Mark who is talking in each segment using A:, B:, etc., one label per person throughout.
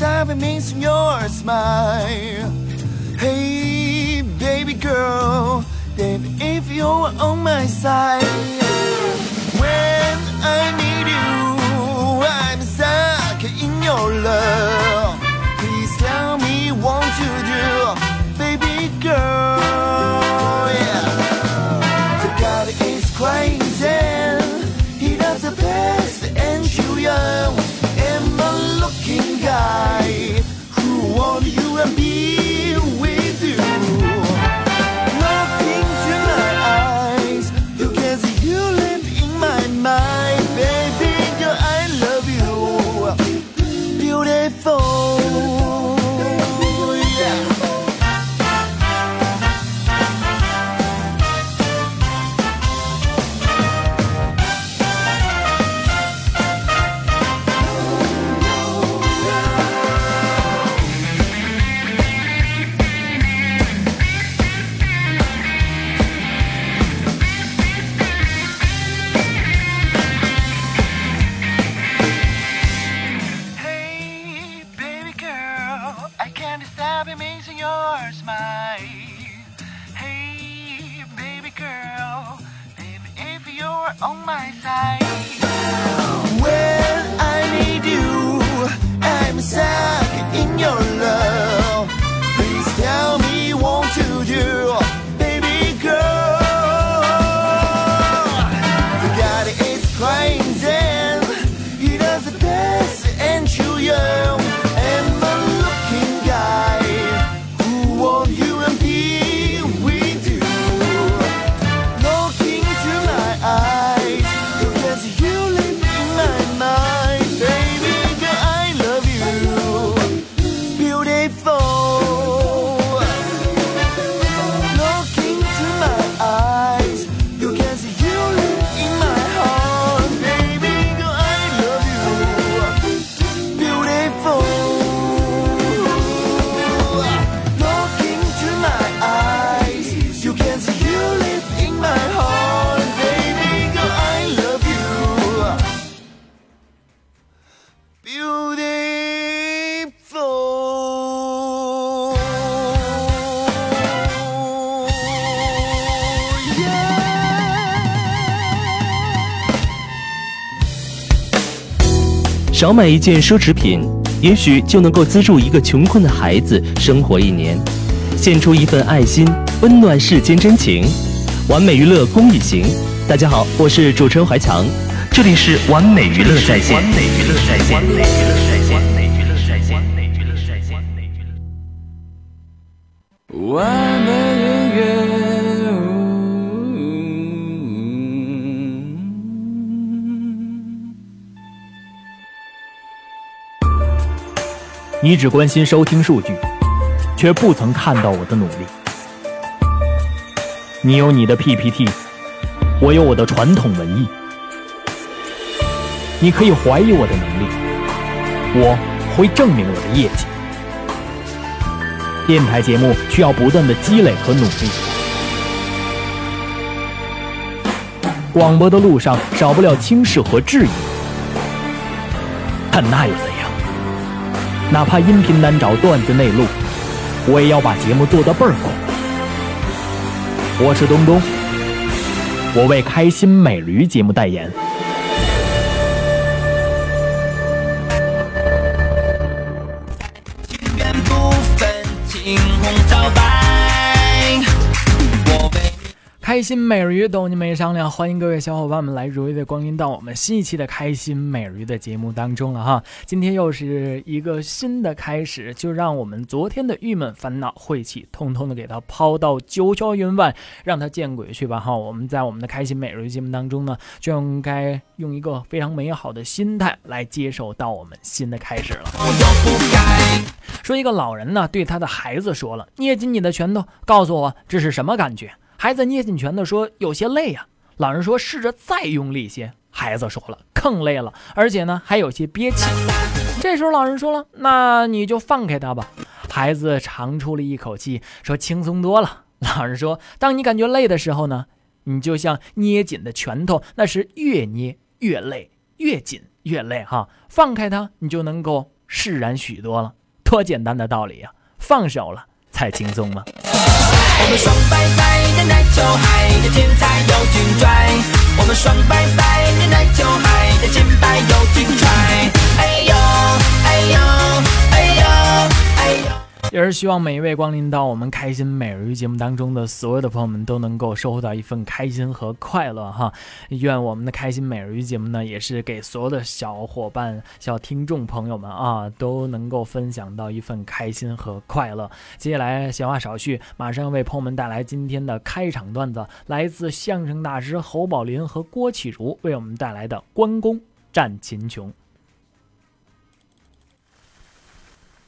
A: love it means in your smile. Hey, baby girl, baby, if you're on my side. When I need you, I'm stuck in your love. Please tell me what to do, baby girl. Yeah. The God is crazy. He does the best and you young. Am a looking guy who want you and be with you. Looking to my eyes, you can see you live in my mind, baby girl. I love you, beautiful. Yeah. Hey, baby girl, I can't stop amazing your smile. Hey, baby girl, baby, if you're on my side. When I need you, I'm stuck in your love. Please tell me what to do, baby girl. The God is crazy. He does the best and you young. And the looking guy who want you and be with you. Looking to my eyes, because you live in my mind. Baby girl, I love you. Beautiful. Looking to my eyes, you can see you live in my heart, baby girl. I love you, beautiful. Looking to my eyes, you can see you live in my heart, baby girl. I love you, beautiful. Yeah.
B: 少买一件奢侈品，也许就能够资助一个穷困的孩子生活一年。献出一份爱心，温暖世间真情。完美娱乐公益行，大家好，我是主持人怀强，这里是完美娱乐在线。完美娱乐在线。
C: 完美音乐。嗯
D: 你只关心收听数据，却不曾看到我的努力。你有你的 PPT，我有我的传统文艺。你可以怀疑我的能力，我会证明我的业绩。电台节目需要不断的积累和努力。广播的路上少不了轻视和质疑，但那又怎样？哪怕音频难找、段子内录，我也要把节目做得倍儿够。我是东东，我为开心美驴节目代言。
E: 远不分青红皂白。我为
F: 开心美人鱼逗你没商量，欢迎各位小伙伴们来如约的光临到我们新一期的开心美人鱼的节目当中了哈。今天又是一个新的开始，就让我们昨天的郁闷、烦恼、晦气，通通的给它抛到九霄云外，让它见鬼去吧哈。我们在我们的开心美人鱼节目当中呢，就应该用一个非常美好的心态来接受到我们新的开始了。说一个老人呢，对他的孩子说了：“捏紧你的拳头，告诉我这是什么感觉。”孩子捏紧拳头说：“有些累呀、老人说：“试着再用力些。”孩子说了：“更累了，而且呢还有些憋气。”这时候老人说了：“那你就放开他吧。”孩子长出了一口气，说：“轻松多了。”老人说：“当你感觉累的时候呢，你就像捏紧的拳头，那是越捏越累，越紧越累哈。放开它，你就能够释然许多了。”多简单的道理呀、放手了才轻松嘛。
E: 我们爽拜拜，奶奶就爱的精彩又精拽。我们爽拜拜，奶奶就爱的精彩又精彩。哎呦，哎呦，哎呦，哎呦。
F: 也是希望每一位光临到我们开心每日鱼节目当中的所有的朋友们都能够收获到一份开心和快乐哈！愿我们的开心每日鱼节目呢，也是给所有的小伙伴、小听众朋友们啊，都能够分享到一份开心和快乐。接下来闲话少叙，马上为朋友们带来今天的开场段子，来自相声大师侯宝林和郭启儒为我们带来的《关公战秦琼》。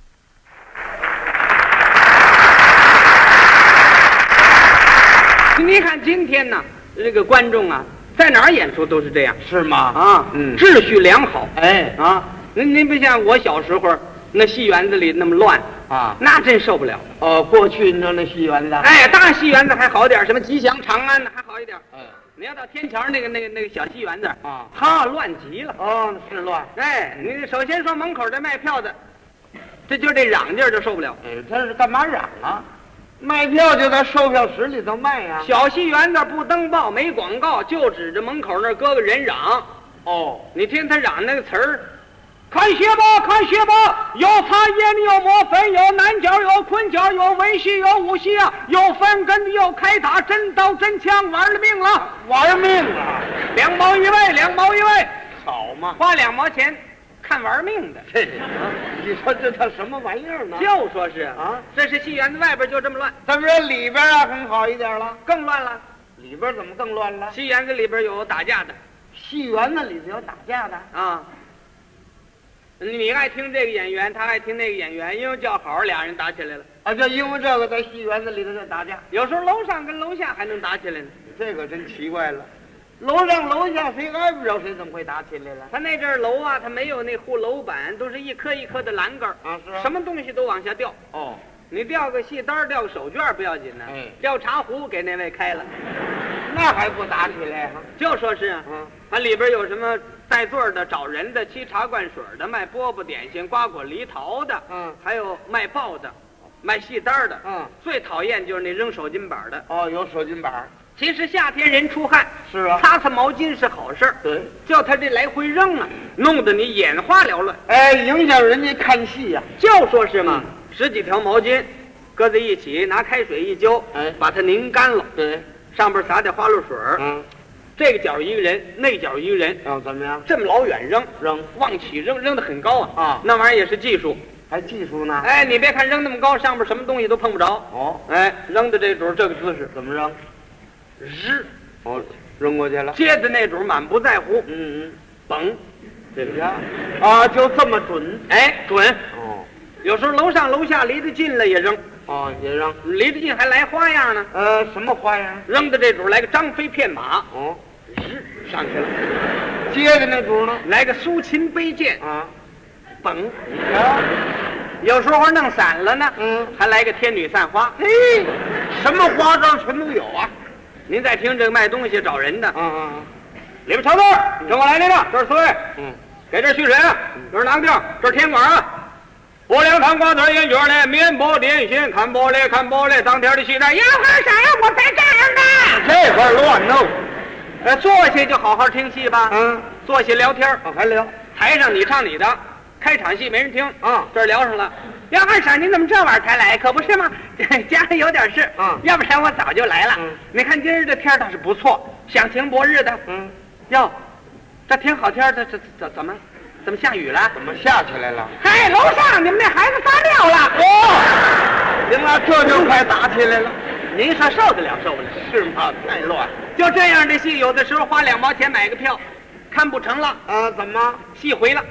G: 你看今天呢，这个观众啊，在哪儿演出都是这样，是吗？啊，
H: 嗯
G: 秩序良好
H: 哎
G: 啊。您您不像我小时候那戏园子里那么乱，
H: 啊，
G: 那真受不了。
H: 哦，过去你说那戏园子，
G: 哎，大戏园子还好点儿，什么吉祥、长安的还好一点儿。
H: 嗯，
G: 你要到天桥那个那个那个小戏园子
H: 啊
G: 哈，乱极了。
H: 哦，是乱，
G: 哎，你首先说门口这卖票的，这就这嚷劲儿就受不了。
H: 哎，他是干嘛嚷啊？卖票就在售票室里头卖啊呀、
G: 小戏园子不登报，没广告，就指着门口那儿搁个人嚷。
H: 哦，
G: 你听他嚷那个词儿，看鞋吧，看鞋吧，有擦烟的，有抹粉，有南角，有昆角，有文戏，有武戏啊，有翻跟的，有开打，真刀真枪，玩了命了，
H: 玩命啊！
G: 两毛一位，两毛一位，
H: 好嘛，
G: 花两毛钱看玩命的，
H: 嘿，你说这叫什么玩意儿呢？
G: 就说是
H: 啊，
G: 这是戏园子外边就这么乱，
H: 怎么说里边啊很好一点了？
G: 更乱了。
H: 里边怎么更乱了？
G: 戏园子里边有打架的
H: 戏园子里头有打架的，
G: 啊。你你爱听这个演员，他爱听那个演员，因为叫好，俩人打起来了。
H: 啊，就因为这个在戏园子里头在打架，
G: 有时候楼上跟楼下还能打起来呢。
H: 这可真奇怪了。楼上楼下谁挨不着谁，怎么会打起来了？
G: 他那阵儿楼啊，他没有那护楼板，都是一棵一棵的栏杆儿
H: 啊是啊
G: 什么东西都往下掉。
H: 哦，
G: 你掉个戏单儿，掉个手绢儿不要紧呢，
H: 哎
G: 掉茶壶给那位开了，
H: 那还不打起来啊？
G: 就说是啊，
H: 嗯
G: 它里边有什么带座儿的、找人的、沏茶灌水儿的、卖饽饽点心、瓜果梨桃的，
H: 嗯
G: 还有卖报的、卖戏单儿的，
H: 嗯，
G: 最讨厌就是那扔手巾板儿的。
H: 哦，有手巾板儿。
G: 其实夏天人出汗，
H: 是啊
G: 擦擦毛巾是好事儿，
H: 对，
G: 叫他这来回扔啊，弄得你眼花缭乱。
H: 哎，影响人家看戏呀、
G: 就说是嘛，十几条毛巾搁在一起，拿开水一浇，
H: 哎
G: 把它拧干了，
H: 对，
G: 上边撒点花露水儿
H: 嗯，
G: 这个角一个人，那角一个人，
H: 然后怎么样？
G: 这么老远扔，
H: 扔
G: 往起扔，扔得很高啊
H: 啊
G: 那玩意儿也是技术。
H: 还技术呢？
G: 哎，你别看扔那么高，上边什么东西都碰不着。
H: 哦，
G: 哎，扔的这主儿这个姿势，
H: 怎么扔？
G: 日，
H: 哦，扔过去了。
G: 接的那主儿满不在乎，
H: 嗯
G: 嘣，
H: 嗯，这个啊，就这么准。
G: 哎，准。
H: 哦，
G: 有时候楼上楼下离得近了也扔，
H: 哦，也扔。
G: 离得近还来花样呢。
H: 呃，什么花样？
G: 扔的这主儿来个张飞骗马，
H: 哦，
G: 日上去了。
H: 接着那主呢？
G: 来个苏秦背剑，
H: 啊，
G: 甭，
H: 啊，
G: 有时候弄散了呢，
H: 嗯
G: 还来个天女散花。
H: 嘿，什么花招全都有啊。
G: 您再听这个卖东西找人的，
H: 啊啊，
G: 里边瞧字儿，跟我来这个，这是四位，
H: 嗯，
G: 给这儿蓄水啊，这是囊定，这是天管啊。薄凉糖瓜子烟卷嘞，面包点心，看包嘞，看包嘞，当天的戏单，要喝啥呀？我才这样的。
H: 这块乱弄。
G: 呃，坐下就好好听戏吧。
H: 嗯，
G: 坐下聊天儿，
H: 哦，还聊。
G: 台上你唱你的，开场戏没人听
H: 啊
G: 这儿聊上了。要二婶，您怎么这晚儿才来？可不是吗？ 家里有点事
H: 啊
G: 要不然我早就来了。
H: 嗯
G: 你看今儿这天儿倒是不错，响晴博日的。
H: 嗯，
G: 哟，这挺好天儿，这这这怎么怎么下雨了？
H: 怎么下起来了？
G: 嗨，楼上你们那孩子撒尿了。哦，
H: 行了，这就快打起来了。
G: 您说受得了受不了？
H: 是吗？太乱。
G: 就这样，这戏有的时候花两毛钱买个票，看不成了，
H: 啊，怎么
G: 戏回了。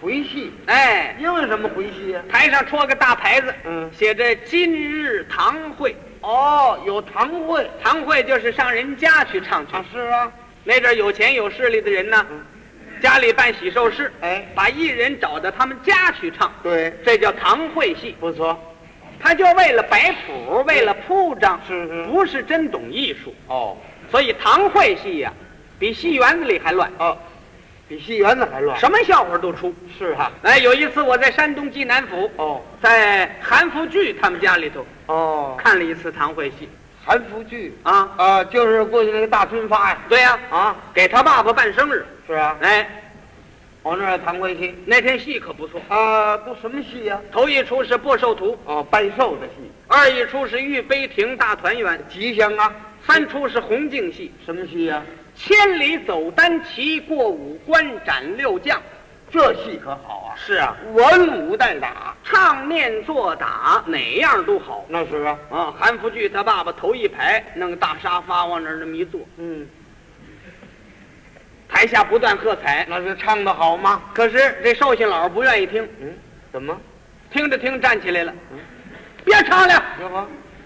H: 回戏？
G: 哎，
H: 因为什么回戏呀、
G: 台上戳个大牌子，
H: 嗯
G: 写着“今日堂会”。
H: 哦，有堂会
G: 堂会就是上人家去唱去。
H: 啊，是啊，嗯
G: 那阵儿有钱有势力的人呢，家里办喜寿事，
H: 哎
G: 把艺人找到他们家去唱，
H: 对，
G: 这叫堂会戏。
H: 不错。
G: 他就为了摆谱，为了铺张，
H: 是是
G: 不是真懂艺术。
H: 哦
G: 所以堂会戏呀、比戏园子里还乱。
H: 哦，比戏园子还乱。
G: 什么笑话都出。
H: 是啊？
G: 哎，有一次我在山东济南府，
H: 哦
G: 在韩福聚他们家里头
H: 哦，
G: 看了一次堂会戏
H: 韩福剧
G: 啊。
H: 啊，就是过去那个大春发呀。
G: 对呀、
H: 啊，
G: 给他爸爸办生日，
H: 是啊，
G: 哎，
H: 往那儿谈关系。
G: 那天戏可不错。
H: 啊，都什么戏呀、
G: 头一出是《播寿图》，
H: 哦，拜寿的戏，
G: 二一出是《玉杯亭大团圆》，
H: 吉祥啊。
G: 三出是红净戏，
H: 什么戏呀、啊
G: 千里走单骑，过五关斩六将。
H: 这戏可好啊，
G: 是啊，
H: 文武带打。
G: 唱念做打哪样都好
H: 那是啊，
G: 啊。韩福聚他爸爸头一排弄个大沙发往那儿那么一坐，
H: 嗯，
G: 台下不断喝彩。
H: 那是唱的好吗？
G: 可是这寿星老不愿意听，
H: 嗯，怎么？
G: 听着听着站起来了，
H: 嗯
G: 别唱了，
H: 这不，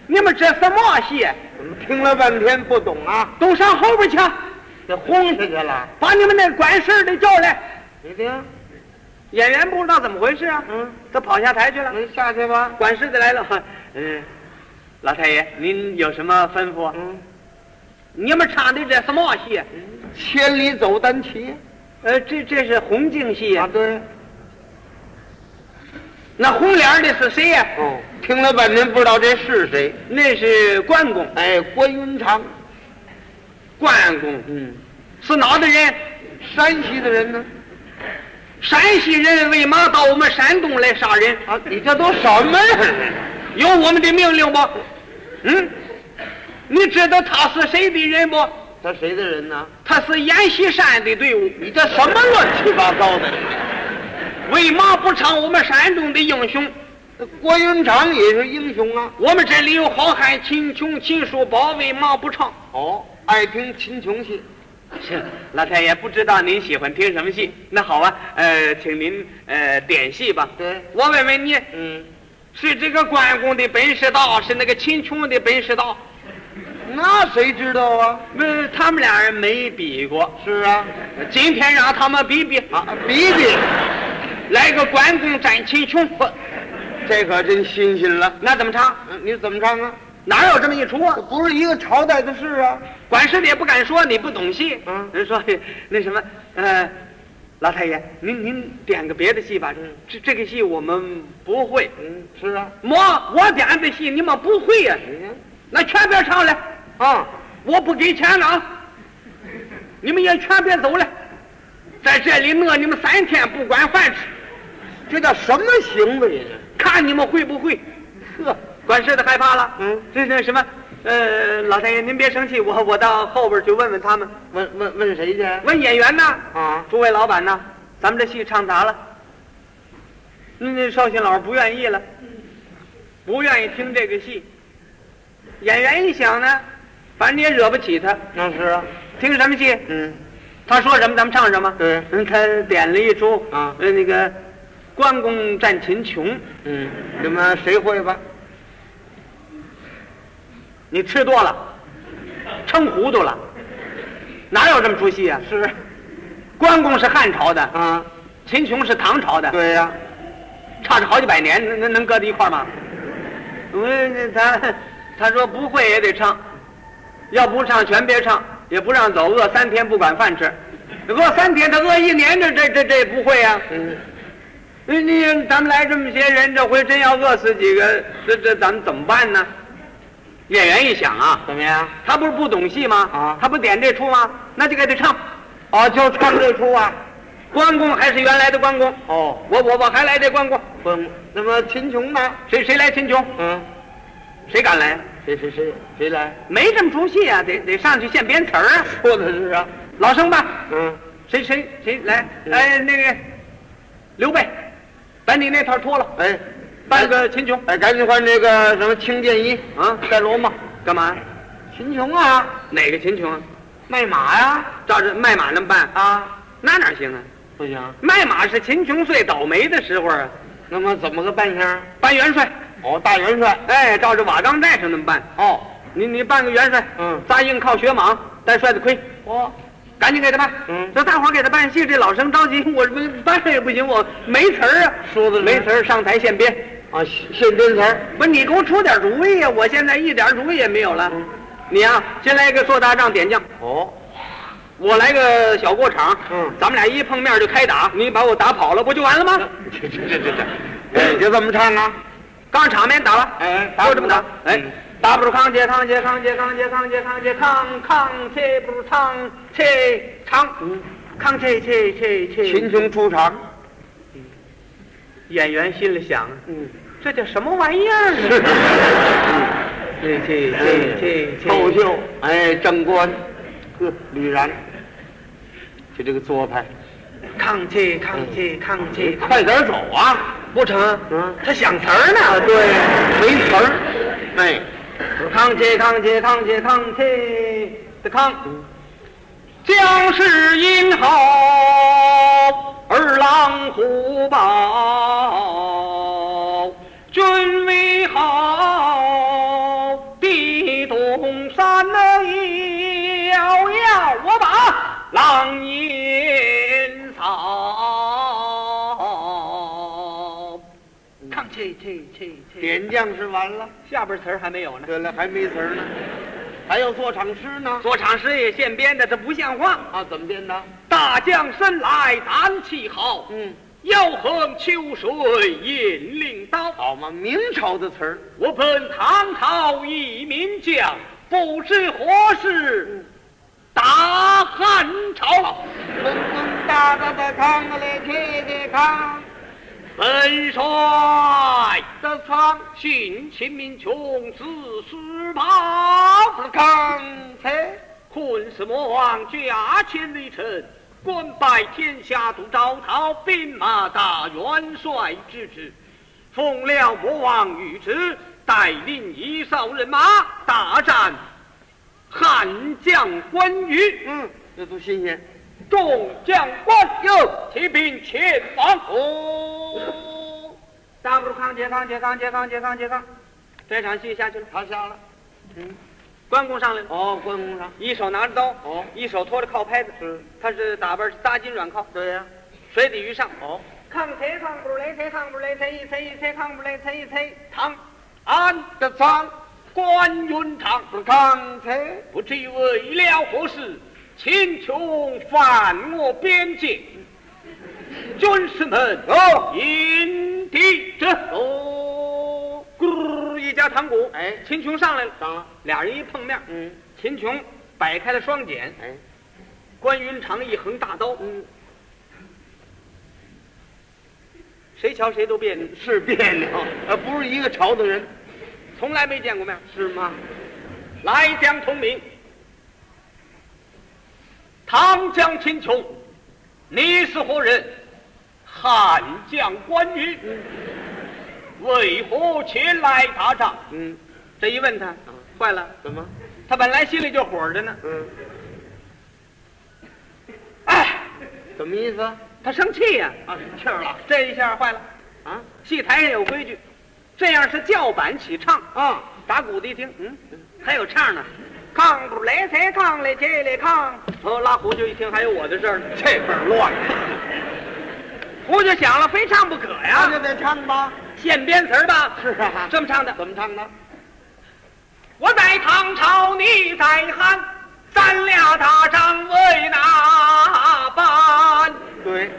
G: 你们这什么戏？
H: 怎么听了半天不懂啊？
G: 都上后边去，
H: 给轰下去了。
G: 把你们那管事儿的叫来。
H: 你听，
G: 演员不知道怎么回事啊，
H: 嗯，
G: 他跑下台去了。
H: 能下去 吧？
G: 管事的来了， 嗯，老太爷，您有什么吩咐？啊
H: 嗯，
G: 你们唱的这什么戏？啊
H: 千里走单骑
G: 呃，这这是红净戏
H: 啊，
G: 啊。
H: 对。
G: 那红脸儿的是谁呀、
H: 哦，听了半天不知道这是谁。
G: 那是关公，
H: 哎，关云长，
G: 关公
H: 嗯，
G: 是哪的人？
H: 山西的人呢？
G: 陕西人为嘛到我们山东来杀人？
H: 啊，你这都什么人？ 啊
G: 有我们的命令不？嗯，你知道他是谁的人不？
H: 他谁的人呢？
G: 他是阎锡山的队伍，
H: 你这什么乱七八糟的？
G: 为嘛不唱我们山东的英雄？
H: 关云长也是英雄啊！
G: 我们这里有好汉秦琼、秦叔宝，为嘛不唱？
H: 哦，爱听秦琼戏，
G: 是老太爷，不知道您喜欢听什么戏？那好啊，呃，请您呃点戏吧。
H: 对
G: 我问问你，
H: 嗯，
G: 是这个关公的本事大，是那个秦琼的本事大？
H: 那谁知道啊？
G: 不、他们俩人没比过。
H: 是啊，
G: 今天让他们比比，
H: 啊，比比，
G: 来个关公战秦琼，不，
H: 这可真新鲜了。
G: 那怎么唱？
H: 嗯你怎么唱啊？
G: 哪有这么一出啊
H: 这？不是一个朝代的事啊！
G: 管事的也不敢说，你不懂戏。
H: 嗯
G: 人说那什么，呃，老太爷，您您点个别的戏吧。这这个戏我们不会。
H: 嗯，是啊，
G: 我我点的戏你们不会呀、
H: 你看，
G: 那全别唱了，
H: 哎啊，
G: 我不给钱了啊！你们也全别走了，在这里饿你们三天不管饭吃，
H: 这叫什么行为啊呢？
G: 看你们会不会。
H: 呵，
G: 管事的害怕了，
H: 嗯，
G: 这那什么，呃，老太爷您别生气，我我到后边去问问他们，
H: 问问问谁去？
G: 问演员呢，
H: 啊，
G: 诸位老板呢，咱们这戏唱砸了。那那绍兴老师不愿意了，不愿意听这个戏。演员一想呢，反正你也惹不起他，
H: 那是啊，
G: 听什么戏？
H: 嗯，
G: 他说什么咱们唱什么。
H: 对
G: 嗯，他点了一出
H: 啊
G: 呃，那个关公战秦琼，
H: 嗯，你们谁会吧？
G: 你吃多了，撑糊涂了，哪有这么出戏啊？
H: 是
G: 关公是汉朝的，
H: 啊，
G: 秦琼是唐朝的，
H: 对呀、
G: 差着好几百年，那那能搁在一块儿吗？我那他他说不会也得唱，要不唱全别唱，也不让走，饿三天不管饭吃，饿三天他饿一年，这这这这不会呀、
H: 嗯，
G: 你你咱们来这么些人，这回真要饿死几个，这这咱们怎么办呢？演员一想啊，
H: 怎么样？
G: 他不是不懂戏吗？
H: 啊
G: 他不点这出吗？那就给他唱。
H: 哦，就唱这出啊。
G: 关公还是原来的关公，
H: 哦，
G: 我我我还来这关公，
H: 不，那么秦琼呢？
G: 谁谁来秦琼？
H: 嗯，
G: 谁敢来？
H: 谁谁谁谁来？
G: 没这么出戏啊，得得上去现编词儿啊。
H: 说的是啊，
G: 老生吧，
H: 嗯，
G: 谁谁谁来？
H: 嗯
G: 哎，那个刘备，把你那套脱了，
H: 哎，
G: 扮个秦琼
H: 哎，赶紧换这个什么青箭衣，
G: 啊，戴罗帽干嘛？
H: 秦琼啊，
G: 哪个秦琼啊？
H: 卖马呀、
G: 照着卖马那么办
H: 啊，，
G: 那哪行啊？
H: 不行，
G: 卖马是秦琼最倒霉的时候啊，
H: 那么怎么个扮相？
G: 扮元帅，
H: 哦，大元帅，
G: 哎，照着瓦岗寨上那么办。
H: 哦，
G: 你你扮个元帅，
H: 嗯
G: 扎硬靠雪蟒，戴帅子盔，
H: 哦，
G: 赶紧给他办。
H: 嗯
G: 这大伙儿给他办戏，这老生着急，我这办也不行，我没词儿啊，
H: 说的是
G: 没词儿，上台现编。
H: 啊，现现真词儿，
G: 不是你给我出点主意呀、啊我现在一点主意也没有了。啊
H: 嗯
G: 你呀、先来一个说打仗点将，
H: 哦，
G: 我来个小过场，
H: 嗯
G: 咱们俩一碰面就开打，你把我打跑了不就完了吗？
H: 这这这这，
G: 哎
H: 你就这么唱啊？
G: 刚场面打了，
H: 哎打不
G: 就这么打
H: 住，
G: 哎
H: 嗯，
G: 打不住康切康切康切康切康切康切康康切不住康切长，康切切切切。
H: 秦琼出场，
G: 演员心里想，
H: 嗯，
G: 这叫什么玩意儿呢？这这这这这
H: 透秀，哎，正官，呵，吕然，就这个做派，
G: 康切康切康切，
H: 快点走啊！
G: 不成，
H: 嗯
G: 他想词儿呢，啊对，没词儿。
H: 哎，
G: 康切康切康切康切的康，
H: 嗯
G: 将士因吼而狼虎豹，君为好，地动山内摇摇，我把狼烟扫。康切切切切。
H: 点将是完了，
G: 下边词儿还没有呢。
H: 对了，还没词儿呢，还要做场诗呢。
G: 做场诗也现编的，这不像话。
H: 啊，怎么编的？
G: 大将身来胆气豪，
H: 嗯，
G: 腰横秋水引领刀。
H: 好嘛，明朝的词儿，
G: 我本唐朝一名将，不知何事打汉朝。
H: 咚咚哒哒哒，康个嘞，切切康。
G: 本帅的仓，性勤民穷，自私暴。
H: 刚才
G: 困死魔王，驾千里尘，官拜天下独招讨，兵马大元帅之职。奉了魔王谕旨，带领一哨人马大战汉将关羽。
H: 嗯，这都新鲜。
G: 众将官有起兵前往。哦，大不如康杰康杰康杰康杰康杰康，这场戏下去了，嗯
H: 他下了。
G: 关公上来了。
H: 哦，关公上。
G: 一手拿着刀，
H: 哦
G: 一手托着靠拍子，他是打扮是搭金软靠，对呀、水底鱼上，哦，
H: 看谁看不来，谁看不来，谁一谁一谁看不来，谁一谁。
G: 唐，安的仓，关云长，
H: 刚才
G: 不知为了何事，秦琼犯我边界，军士们，
H: 哦
G: 引敌者，哦，咕噜一夹堂鼓，
H: 哎
G: 秦琼上来了，
H: 上了，
G: 俩人一碰面，
H: 嗯，
G: 秦琼摆开了双锏，
H: 哎，
G: 关云长一横大刀，嗯，谁瞧谁都别扭，
H: 是别扭，呃，不是一个朝的人，
G: 从来没见过面。
H: 是吗？
G: 来将同名，唐将秦琼，你是何人？汉将关羽，为何前来打仗？
H: 嗯，
G: 这一问他，坏了，
H: 怎么？
G: 他本来心里就火着呢，
H: 嗯，
G: 哎，
H: 怎么意思？啊，
G: 他生气呀、
H: 生气儿了
G: 这一下坏了。
H: 啊
G: 戏台上有规矩，这样是叫板起唱。
H: 啊！
G: 打鼓的一听，嗯，还有唱呢，抗不来谁抗来这来抗。哦，拉胡就一听还有我的事儿呢，
H: 这份儿乱，
G: 胡就想了，非唱不可
H: 那啊就
G: 呀，
H: 得唱吧。
G: 现编词儿吧？
H: 是啊
G: 这么唱的。
H: 怎么唱的？
G: 我在唐朝，你在汉，咱俩打仗为哪般？
H: 对，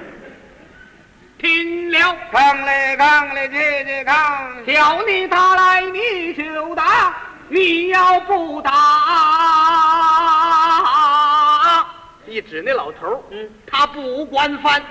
G: 听了，
H: 扛嘞扛嘞，切切扛。
G: 叫你打来你就打，你要不打，一指那老头儿，嗯，他不管饭。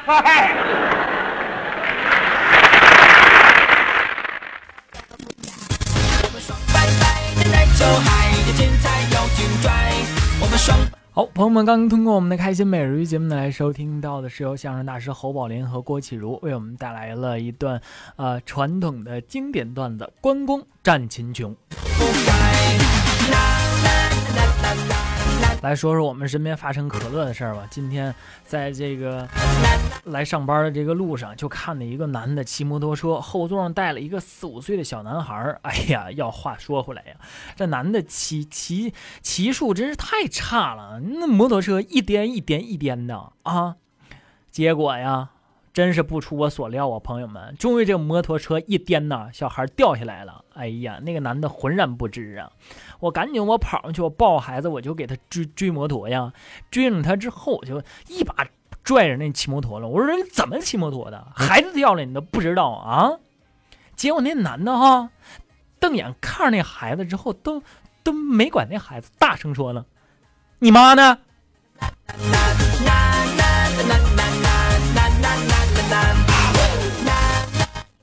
E: 拜拜的奶酒，海的精彩又精拽，我们双。
F: 好，朋友们，刚刚通过我们的《开心每日鱼》节目呢，来收听到的是由相声大师侯宝林和郭启儒为我们带来了一段呃传统的经典段子——关公战秦琼。来说说我们身边发生可乐的事儿吧。今天在这个来上班的这个路上，就看到一个男的骑摩托车，后座上带了一个四五岁的小男孩儿。哎呀，要话说回来呀，这男的骑骑骑术真是太差了，那摩托车一颠一颠一颠的啊！结果呀，真是不出我所料啊，朋友们！终于这个摩托车一颠呐，小孩掉下来了。哎呀，那个男的浑然不知啊！我赶紧我跑上去，我抱孩子，我就给他追追摩托呀。追上他之后，我就一把拽着那骑摩托了。我说你怎么骑摩托的？孩子掉了你都不知道啊？结果那男的哈，瞪眼看着那孩子之后，都都没管那孩子，大声说呢：“你妈呢？”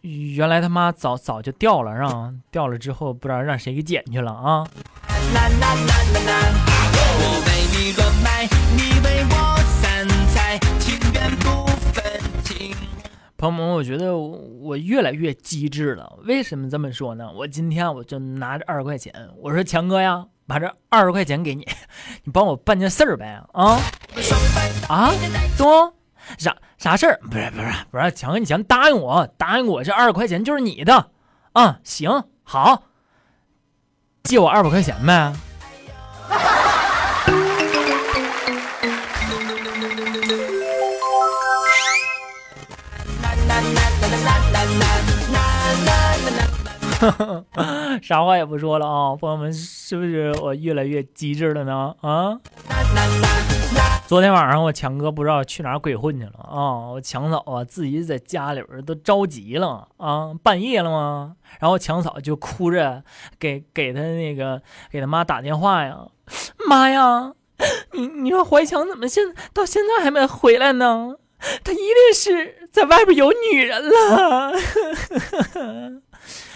F: 原来他妈早早就掉了，让掉了之后不知道让谁给捡去了啊！
A: 啦啦啦啦啦！我为你乱买，你为我散财，情缘不分青
F: 朋友们，我觉得我我越来越机智了。为什么这么说呢？我今天我就拿着二十块钱，我说强哥呀，把这二十块钱给你，你帮我办件事儿呗啊！啊，东，啥啥事儿？不是不是不是，强哥，你先答应我，答应我这二十块钱就是你的啊！行，好，借我二百块钱呗。 啥话也不说了啊，朋友们，是不是我越来越机智了呢？啊！昨天晚上我强哥不知道去哪儿鬼混去了啊！我强嫂啊自己在家里边儿都着急了啊，半夜了嘛，然后强嫂就哭着给给他那个给他妈打电话呀，妈呀，你你说怀强怎么现到现在还没回来呢？他一定是在外边有女人了。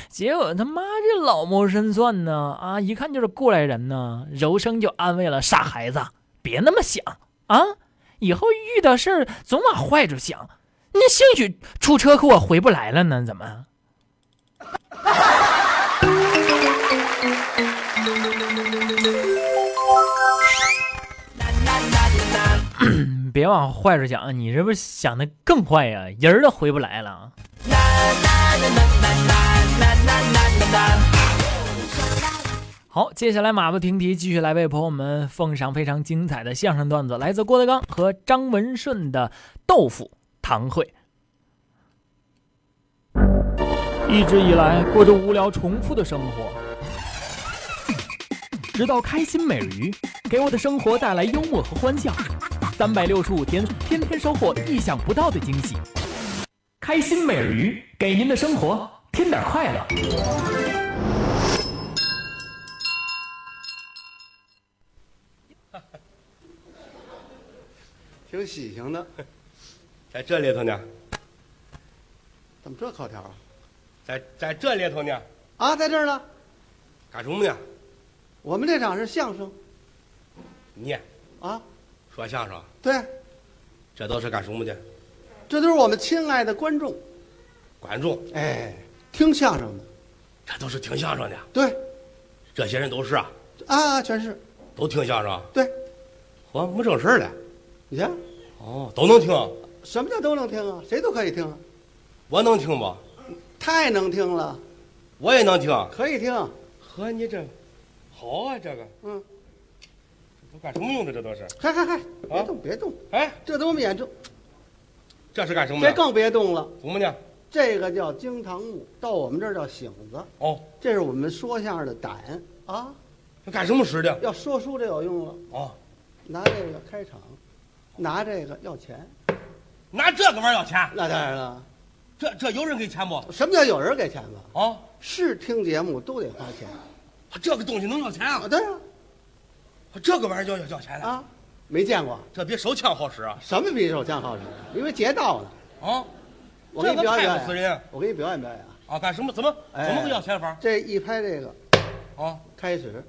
F: 结果他妈这老谋深算呢，啊，一看就是过来人呢。柔声就安慰了：“傻孩子，别那么想啊，以后遇到事儿总往坏处想，那兴许出车祸回不来了呢，怎么？” 嗯别往坏处想，你这不是想的更坏呀、人儿都回不来了。好，接下来马不停蹄，继续来为朋友们奉上非常精彩的相声段子，来自郭德纲和张文顺的《豆腐堂会》。
I: 一直以来过着无聊重复的生活，直到开心美人鱼给我的生活带来幽默和欢笑，三百六十五天，天天收获意想不到的惊喜。开心美人鱼给您的生活添点快乐。
J: 挺喜庆的。
K: 在这里头呢，
J: 怎么这口条啊？
K: 在在这里头呢，
J: 啊，在这儿呢。
K: 干什么呢？
J: 我们这场是相声
K: 你
J: 啊，
K: 说相声，
J: 对，
K: 这都是干什么的？
J: 这都是我们亲爱的观众，
K: 观众，
J: 哎，听相声的，
K: 这都是听相声的，
J: 对
K: 这些人都是啊，
J: 啊，全是
K: 都听相声，
J: 对。
K: 我没正事儿了。
J: 你瞧，
K: 哦，都能听，
J: 什么叫都能听啊？谁都可以听啊，
K: 我能听不？
J: 太能听了，
K: 我也能听。
J: 可以听。
K: 呵，你这好啊，这个
J: 嗯，
K: 都干什么用的？这都是。
J: 嗨嗨嗨，别动别动，
K: 哎，
J: 这都我们眼中，
K: 这是干什么的？
J: 这更别动了。
K: 什么呢？
J: 这个叫惊堂木，到我们这儿叫醒子，
K: 哦，
J: 这是我们说相声的胆啊。
K: 这干什么使的？
J: 要说书这有用了，
K: 哦，
J: 拿这个开场，拿这个要钱，
K: 拿这个玩意儿要钱？
J: 那当然了。
K: 这这有人给钱不？
J: 什么叫有人给钱吧？
K: 哦，
J: 是听节目都得花钱
K: 这个东西能要钱
J: 啊？
K: 啊？
J: 对啊，
K: 这个玩意儿要要要钱了？
J: 啊，没见过
K: 这比手枪好使啊！
J: 什么比手枪好使，因为劫道呢。
K: 啊，
J: 我给你表演
K: 这个
J: 表
K: 害不死
J: 演
K: 人，
J: 我给你表演表演啊。
K: 啊，干什么？怎么
J: 哎
K: 怎么个要钱法？
J: 这一拍这个
K: 啊
J: 开始，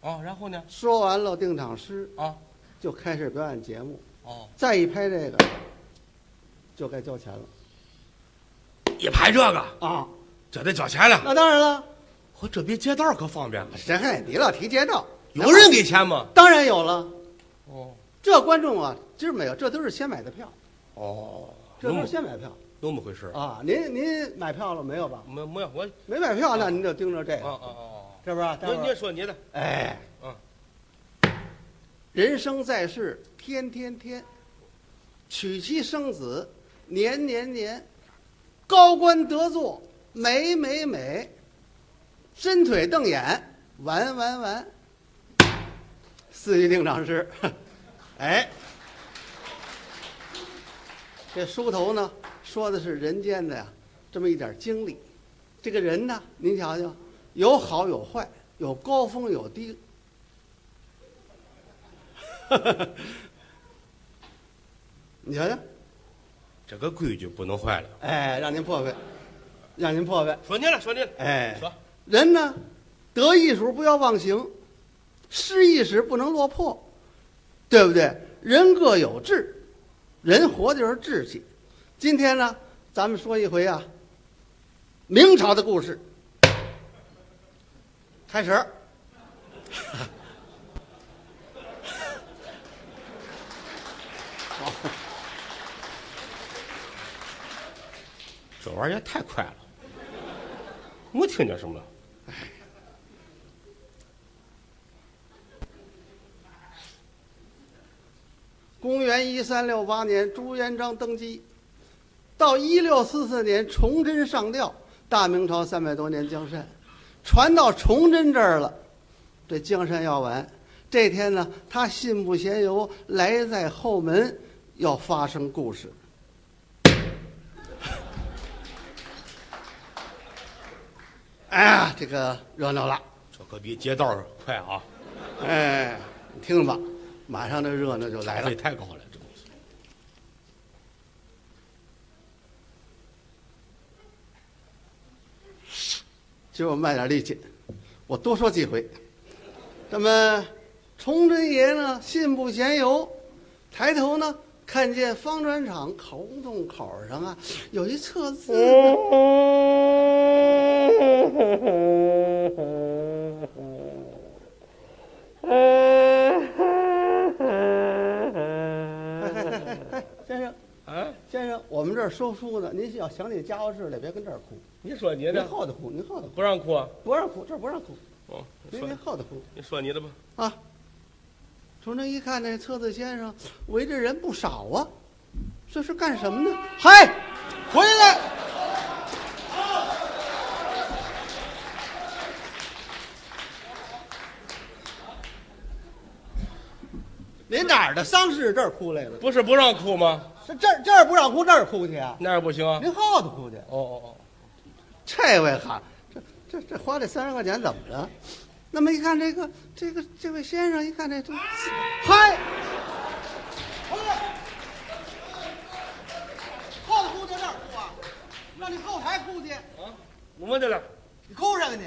K: 啊，然后呢？
J: 说完了定场诗，
K: 啊
J: 就开始表演节目。
K: 哦，
J: 再一拍这个，就该交钱了
K: 一拍这个，
J: 啊。
K: 这得交钱了。
J: 那当然了，
K: 我这比街道可方便了。
J: 谁还你老提街道？
K: 有人给钱吗？
J: 当然有了。
K: 哦
J: 这观众啊，知道没有？这都是先买的票，
K: 哦，
J: 这
K: 有
J: 都
K: 么
J: 是先买票
K: 有么回事？哎
J: 啊。您您买票了没有吧？
K: 没没有我
J: 没买票，那您就盯着这
K: 啊
J: 个，
K: 啊啊！
J: 是不是？待会
K: 您您
J: 儿
K: 说你的，
J: 哎，
K: 嗯，
J: 人生在世，天天天，娶妻生子，年年年，高官得坐，美美美，伸腿瞪眼，玩玩玩。四句定场 诗，哎，这书头呢说的是人间的呀这么一点经历，这个人呢，您瞧瞧，有好有坏，有高峰有低。 你瞧瞧，
K: 这个规矩不能坏了。
J: 哎，让您破费，让您破费。
K: 说您了，说您了，
J: 哎
K: 说
J: 人呢，得意时候不要忘形，失意时不能落魄，对不对？人各有志，人活的就是志气。今天呢，咱们说一回啊，明朝的故事。开始。
K: 这玩意儿也太快了。没听见什么了？
J: 公元一三六八年，朱元璋登基，到一六四四年崇祯上吊，大明朝三百多年江山，传到崇祯这儿了，这江山要完。这天呢，他信步闲游，来在后门，要发生故事。 哎呀，这个热闹了！
K: 这可比街道快啊！
J: 哎，你听吧，马上这热闹就来了
K: 费。太高了，这东西。
J: 今儿我卖点力气，我多说几回。那么，崇祯爷呢，信步闲游，抬头呢，看见方砖厂烤胡同口上啊，有一册字呢。哎先生，
K: 哎，
J: 先生，我们这儿收书呢，您要想起家伙事来，别跟这儿哭，
K: 你说你
J: 您
K: 的，
J: 后头哭，您后头哭，
K: 不让哭啊？
J: 不让哭，这儿不让哭，
K: 哦，你
J: 您
K: 说
J: 您后头哭。
K: 你说你的吧。
J: 啊，崇祯一看那册子先生围着人不少啊，这是干什么呢？嗨，回来！您哪儿的丧事这儿哭来了？
K: 不是不让哭吗？
J: 这这儿这儿不让哭，这儿哭去啊？
K: 那也不行啊。
J: 您后头哭去。
K: 哦哦
J: 这位哈，这这这花这三十块钱怎么了？那么一看这个这个这位先生，一看这这，嗨，哎后头哭在这儿哭啊，让你后台哭去，
K: 哦，啊，我问这了，
J: 你哭什么你？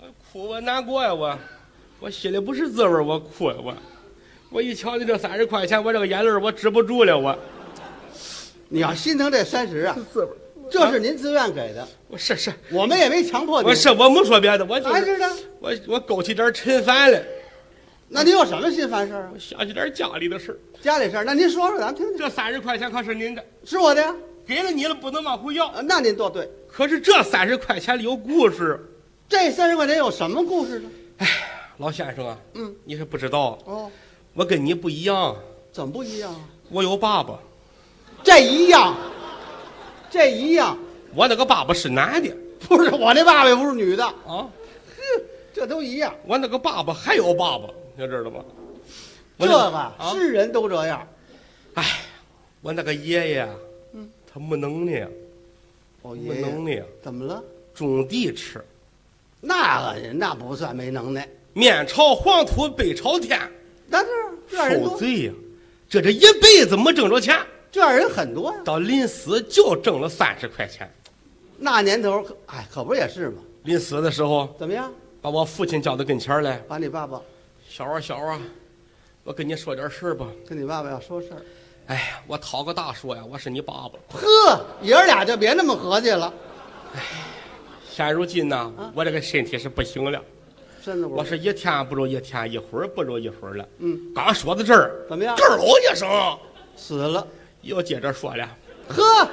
K: 我哭我难过呀我，我心里不是滋味儿我哭呀我，我一瞧你这三十块钱，我这个眼泪儿我止不住了我，
J: 你要心疼这三十啊，
K: 滋味儿，
J: 这是您自愿给的，
K: 我是是，
J: 我们也没强迫你。
K: 我是我没说别的，我就
J: 俺
K: 是
J: 知道。
K: 我我勾起点儿尘烦来，
J: 那您有什么心烦事儿啊
K: 我？想起点儿家里的事儿，
J: 家里事儿，那您说说，咱们听听。
K: 这三十块钱可是您的，
J: 是我的呀，
K: 给了你了不能往回要，
J: 呃那您多对。
K: 可是这三十块钱里有故事，
J: 这三十块钱有什么故事呢？
K: 老先生啊，
J: 嗯，
K: 你是不知道，
J: 哦，
K: 我跟你不一样，
J: 怎么不一样啊？
K: 我有爸爸，
J: 这一样，这一样，
K: 我那个爸爸是男的
J: 不是我那爸爸也不是女的，
K: 啊。
J: 这都一样。
K: 我那个爸爸还有爸爸，你知道吗？我
J: 这
K: 那
J: 个
K: 啊，
J: 是人都这样。
K: 哎，我那个爷爷，
J: 嗯，
K: 他没能耐，
J: 哦，
K: 没能耐，
J: 怎么了？
K: 种地吃，
J: 那个人那不算没能耐，
K: 面朝黄土背朝天，
J: 那这样人
K: 受
J: 多，
K: 罪呀、这这一辈子没挣着钱，
J: 这样人很多呀。
K: 到临死就挣了三十块钱。
J: 那年头，可哎，可不也是吗？
K: 临死的时候，
J: 怎么样？
K: 把我父亲叫到跟前儿来，
J: 把你爸爸
K: 小啊小啊，我跟你说点事儿吧。
J: 跟你爸爸要说事儿，
K: 哎呀，我讨个大说呀，我是你爸爸。
J: 呵，爷儿俩就别那么合计了。
K: 现如今呢
J: 啊，
K: 我这个身体是不行了。
J: 身子骨，
K: 我是一天不如一天，一会儿不如一会儿了。
J: 嗯，
K: 刚说到这儿，
J: 怎么样
K: 咯一声，
J: 死了。
K: 又接着说了，
J: 呵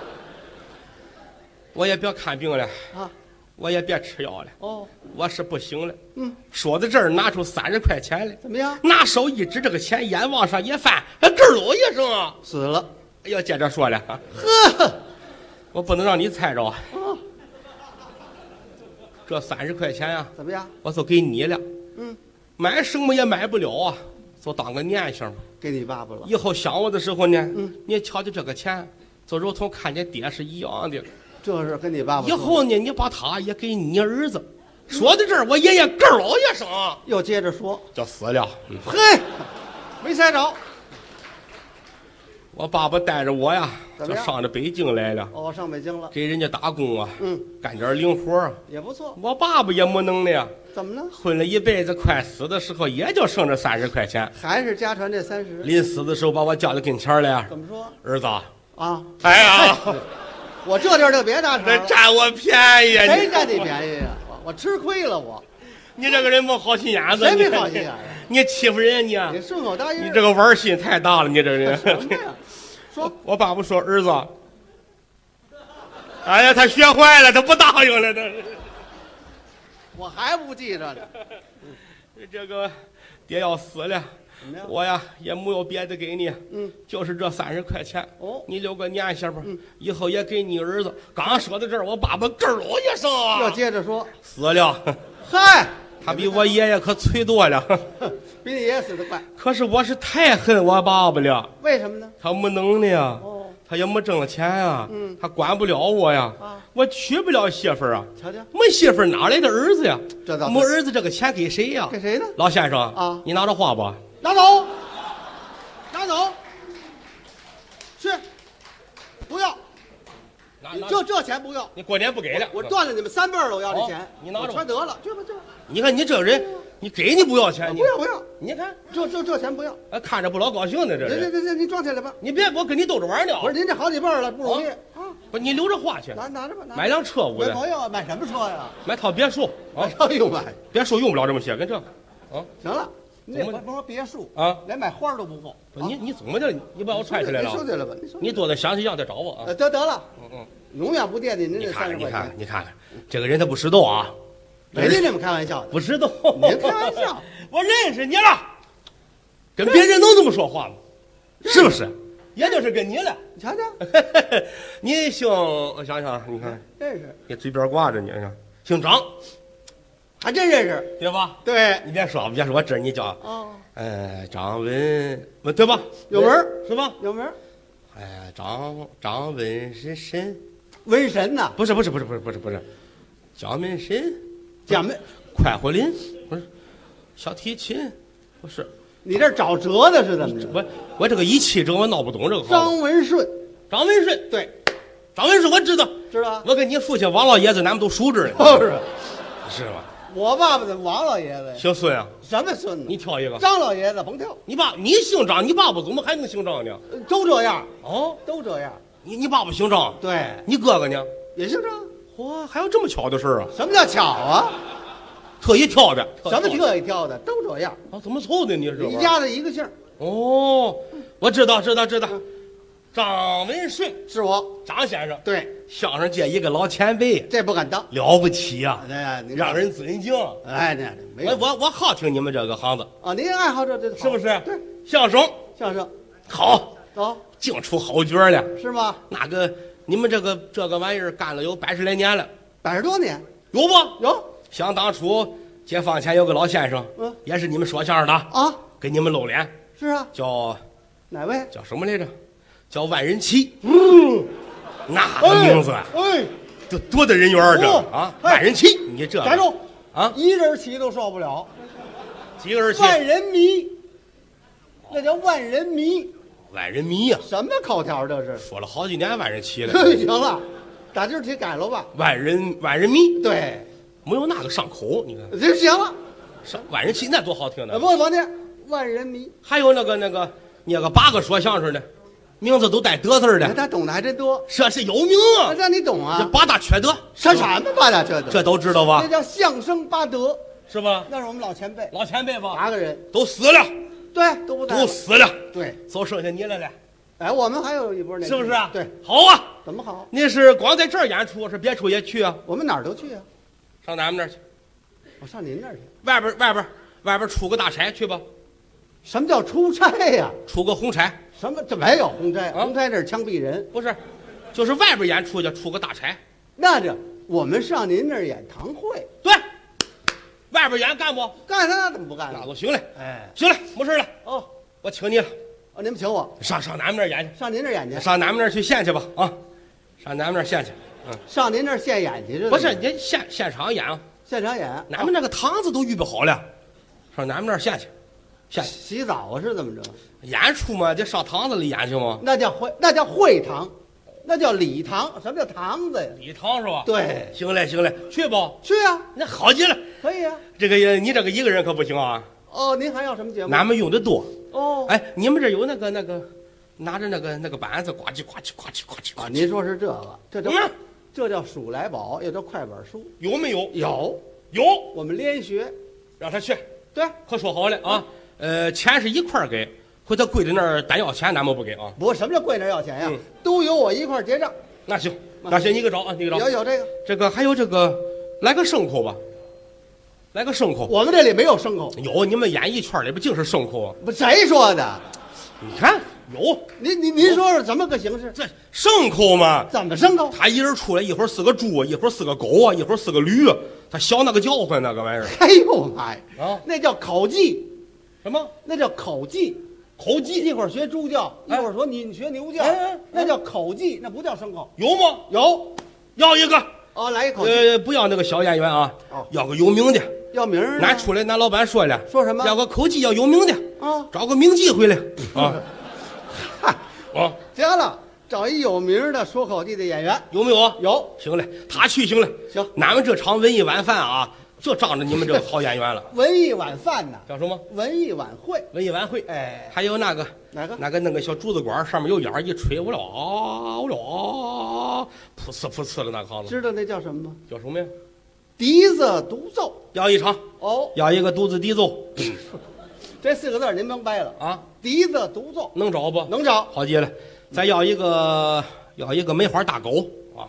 K: 我也别看病了，
J: 啊，
K: 我也别吃药了，
J: 哦，
K: 我是不行了。
J: 嗯，
K: 说到这儿，拿出三十块钱来，
J: 怎么样？
K: 拿手一指这个钱，眼往上一翻，咯一声，
J: 死了。
K: 哎呦，接着说了，
J: 呵，
K: 我不能让你猜着啊，
J: 哦，
K: 这三十块钱呀、啊
J: 怎么样？
K: 我就给你了，
J: 嗯，
K: 买什么也买不了啊，就当个念想吧。
J: 给你爸爸了。
K: 以后想我的时候呢，
J: 嗯
K: 你瞧瞧这个钱，就如同看见爹是一样的。
J: 这是跟你爸爸
K: 以
J: 说
K: 后呢，你把他也给你儿子。说到这儿，我爷爷咯老一声啊
J: 又接着说，
K: 就死了。嗯
J: 嘿，没猜着，
K: 我爸爸带着我呀，
J: 怎
K: 就
J: 么样
K: 上着北京来了，
J: 哦，上北京了，
K: 给人家打工啊，
J: 嗯，
K: 干点零活啊。
J: 也不错，
K: 我爸爸也没能耐啊，
J: 怎么呢？
K: 混了一辈子，快死的时候也就剩这三十块钱。
J: 还是家传这三十，
K: 临死的时候把我叫到跟前儿来啊，
J: 怎么说
K: 儿子，
J: 啊？
K: 哎呀，
J: 我这地儿就别搭茬
K: 这
J: 了，
K: 占我便宜啊！
J: 谁占你便宜呀？我我吃亏了，我
K: 你这个人没好心眼子，
J: 谁没
K: 你
J: 好心眼儿啊？
K: 你欺负人家
J: 你
K: 你，
J: 顺口答应，
K: 你这个玩心太大了，你这个人。
J: 什么呀？说
K: 我爸爸说：“儿子，哎呀，他学坏了，他不答应了。他
J: 我还不记着呢，
K: 这个爹要死了，
J: 怎么样？
K: 我呀也没有别的给你，
J: 嗯，
K: 就是这三十块钱。
J: 哦嗯
K: 你留个念想吧，以后也给你儿子。刚说到这儿，我爸爸咯咯一声
J: 又
K: 啊，
J: 接着说，
K: 死了。
J: 嗨，
K: 他比我爷爷可脆多 了，
J: 比你爷死的快，
K: 可是我是太恨我爸爸了，
J: 为什么呢？
K: 他没能耐啊。
J: 哦，
K: 他也没挣钱啊，
J: 嗯
K: 他管不了我呀，
J: 啊
K: 我娶不了媳妇儿啊，
J: 瞧瞧，
K: 没媳妇儿哪来的儿子呀？
J: 这倒是
K: 没儿子，这个钱给谁呀？
J: 给谁呢？
K: 老先生
J: 啊
K: 你拿着花吧。
J: 拿走，拿走，去，不要，
K: 拿
J: 你
K: 拿
J: 就这钱不要，
K: 你过年哎不给了，
J: 我断了你们三辈儿了，我要这
K: 好
J: 钱，
K: 你拿着吧
J: 我全得了，去吧去吧，
K: 你看你这人，你给你不要钱，哎你
J: 啊不要不要，
K: 你看
J: 这这这钱不要，
K: 哎看着不老高兴呢，这
J: 这这
K: 人。
J: 这这您装起来吧，
K: 你别我跟你兜着玩呢，
J: 不是您这好几辈儿了，不容易啊，
K: 不是你留着花去，
J: 拿拿着吧，拿着
K: 哦买辆车我
J: 买
K: 的，
J: 朋友啊买什么车呀？
K: 买套别墅啊，
J: 哎啊呦妈呀，
K: 别墅用不了这么些，跟这
J: 行了，你这
K: 我
J: 甭
K: 们
J: 说别墅，
K: 啊，
J: 连买花儿都不够，
K: 不你你怎么的？你把我踹起来
J: 您收
K: 了？
J: 起来吧，您收起来
K: 你多的详细样再找我啊
J: 呃。得得了，
K: 嗯嗯。
J: 永远不惦记您
K: 你
J: 这
K: 看
J: 三十
K: 看，你
J: 块
K: 看看
J: 钱，，
K: 你看看，这个人他不识逗啊，
J: 没跟你们开玩 笑的，
K: 不识逗。
J: 您开玩笑，
K: 我认识你了，跟别人能这么说话吗？是不是？也就是跟你了。
J: 你瞧瞧，
K: 你姓，我想想啊，你看
J: 认识，
K: 你嘴边挂着你，姓张
J: 还真认识，
K: 对吧？
J: 对，
K: 你别说，别说，我知道你叫，
J: 哦，
K: 呃，张文文对吧？
J: 有文儿
K: 是吧？
J: 有名儿，
K: 哎呀，张张文是神，
J: 瘟神呐，
K: 不是不是不是不是不是不是，蒋文神，
J: 讲没，
K: 快活林不是，小提琴不是。
J: 你这找辙的是怎么着？
K: 我我这个一气这我闹不懂这个行
J: 张文顺，
K: 张文顺，
J: 对，
K: 张文顺我知道，
J: 知道啊吧？
K: 我跟你父亲王老爷子咱们都熟知了，
J: 哦就是
K: 是吧？
J: 我爸爸的王老爷子呀，
K: 姓孙啊，
J: 什么孙
K: 你
J: 子？
K: 挑一个。
J: 张老爷子甭跳，
K: 你爸，你姓张，你爸爸怎么还能姓张呢？
J: 呃都这样，
K: 哦，
J: 都这样，
K: 你你爸爸姓张，
J: 对，
K: 你哥哥呢？
J: 也姓张。
K: 嚯，还有这么巧的事儿啊！
J: 什么叫巧啊？
K: 特意挑的，
J: 什
K: 特
J: 么这一挑的都这样，
K: 啊？怎么凑的？你是
J: 一家子一个姓儿，
K: 哦，我知道，知道，知道。张文顺，
J: 是我。
K: 张先生，
J: 对，
K: 相声界一个老前辈，
J: 这不敢当。
K: 了不起呀、
J: 哎呀，你
K: 让人尊敬。
J: 哎，那没有
K: 我我我好听你们这个行子，
J: 啊，您爱好这这
K: 是不是？
J: 哦对，
K: 相声
J: 相声
K: 好，
J: 走
K: 净出好角儿了。
J: 是吗？
K: 那个你们这个这个玩意儿干了有百十来年了，
J: 百十多年
K: 有不？
J: 有
K: 想当初解放前有个老先生，
J: 嗯
K: 也是你们说相声的，
J: 啊，
K: 给你们露脸，
J: 是啊，
K: 叫
J: 哪位？
K: 叫什么来着？叫万人齐。嗯，那个名字啊
J: 哎，
K: 多多得人缘儿这
J: 哦
K: 啊！
J: 哎
K: 万人齐，你这
J: 站住！
K: 啊，
J: 一人骑都受不了，
K: 几个人齐？
J: 万人迷，那叫万人迷，
K: 万人迷呀、
J: 什么口条这是？
K: 说了好几年万人齐了，
J: 行了，打今儿起改了吧？
K: 万人万人迷。
J: 对，
K: 没有那个上口，你看
J: 这行了。
K: 上万人齐那多好听呢
J: 呃，。不，王店万人迷，
K: 还有那个那个那个八个说相声的，名字都带德字儿
J: 哎
K: 的，
J: 他懂得还真多。
K: 这是有名
J: 那
K: 啊。
J: 让你懂
K: 这
J: 啊？
K: 八大缺德，
J: 什什么八大缺德？
K: 这啊都知道
J: 这
K: 吧？
J: 叫相声八德，
K: 是吧？
J: 那是我们老前辈，
K: 老前辈吧，
J: 八个人，
K: 都死了，
J: 哎对，都不在了
K: 都死了，
J: 对，
K: 就剩下你来了，
J: 哎，我们还有一波那
K: 是不是啊？
J: 对，
K: 好啊。
J: 怎么好？
K: 你是光在这儿演出，是别处也去啊？
J: 我们哪儿都去啊，
K: 上咱们那儿去，
J: 我上您那儿去，
K: 外边外边外边出个大差去吧。
J: 什么叫出差呀、
K: 出个红差，
J: 什么这没有红差，
K: 啊
J: 红差这是枪毙人。
K: 不是，就是外边演出去出个大差。
J: 那这我们上您那儿演堂会，
K: 对，外边演干不？
J: 干他怎么不干呢
K: 那？我行嘞，
J: 哎，
K: 行嘞，没事了，
J: 哦，
K: 我请你了，
J: 哦，你们请我
K: 上上咱们那儿演去。
J: 上您这儿演去，
K: 上咱们那儿去献去吧啊！上咱们那儿献去。嗯，
J: 上您这儿现演去这
K: 不是，您现现场演，啊，
J: 现场演，
K: 咱们那个堂子都预备好了，上咱们那儿献去，献去
J: 洗澡啊是怎么着？
K: 演出嘛，这上堂子里演去吗？
J: 那叫会，那叫会堂，那叫礼堂，什么叫堂子呀？
K: 礼堂是吧？
J: 对
K: 行嘞，行嘞，去吧。
J: 去呀，
K: 那好极了，
J: 可以呀。
K: 这个你这个一个人可不行啊，
J: 哦，您还要什么节目？
K: 咱们用的多。
J: 哦，
K: 哎，你们这有那个那个，拿着那个那个板子，呱唧呱唧呱唧呱唧呱
J: 啊，
K: 唧。
J: 您说是这个，这叫
K: 嗯
J: 这叫数来宝，也叫快板书。
K: 有没有？
J: 有，
K: 有，
J: 我们连学，
K: 让他去，
J: 对，
K: 可说好了啊。呃，钱是一块儿给，回头跪在那儿单要钱，咱们不给啊。
J: 不，什么叫跪那儿要钱呀
K: 嗯？
J: 都由我一块儿结账。
K: 那行，那行，你给找啊，你给找。
J: 有有这个，
K: 这个还有这个，来个牲口吧，来个牲口。
J: 我们这里没有牲口，
K: 有你们演艺圈里边净是牲口啊！
J: 不，谁说的？
K: 你看有
J: 您您您说说怎么个形式？
K: 这牲口嘛，
J: 怎么牲口？
K: 他一人出来，一会儿是个猪啊，一会儿是个狗啊，一会儿是个驴啊，他学那个叫唤那个玩意儿
J: 哎呦妈呀，
K: 啊，
J: 那叫口技，
K: 什么
J: 那叫口技。
K: 口
J: 一
K: 技
J: 一会儿学猪叫，一
K: 哎
J: 会儿说你学牛叫
K: 哎哎哎，
J: 那叫口技，那不叫牲口。
K: 有吗？
J: 有
K: 要一个，
J: 哦，来一口技，
K: 呃，不要那个小演员啊
J: 哦，
K: 要个有名的，
J: 要名儿呢
K: 拿出来，拿老板说了，
J: 说什么
K: 要个口技，要有名的，
J: 啊？
K: 找个名妓回来
J: 哦
K: 啊 啊，
J: 行了，找一有名儿的说口技的演员。
K: 有没有啊？
J: 有，
K: 行嘞，他去行嘞。
J: 行。
K: 俺们这场文艺晚饭啊，就仗着你们这个好演员了
J: 文艺晚饭呢，
K: 叫什么？
J: 文艺晚会。
K: 文艺晚会。
J: 哎，
K: 还有那个
J: 哪个？
K: 那个那个小竹子管儿上面有眼儿，一吹，我了啊，我了啊，噗呲噗呲的那行子，
J: 知道那叫什么吗？
K: 叫什么呀？
J: 笛子独奏。
K: 要一场，
J: 哦，
K: 要一个独自低奏
J: 这四个字儿您甭掰了啊！
K: 啊，
J: 笛子独奏
K: 能找不？
J: 能找
K: 好极了，再要一个，要一个梅花大狗啊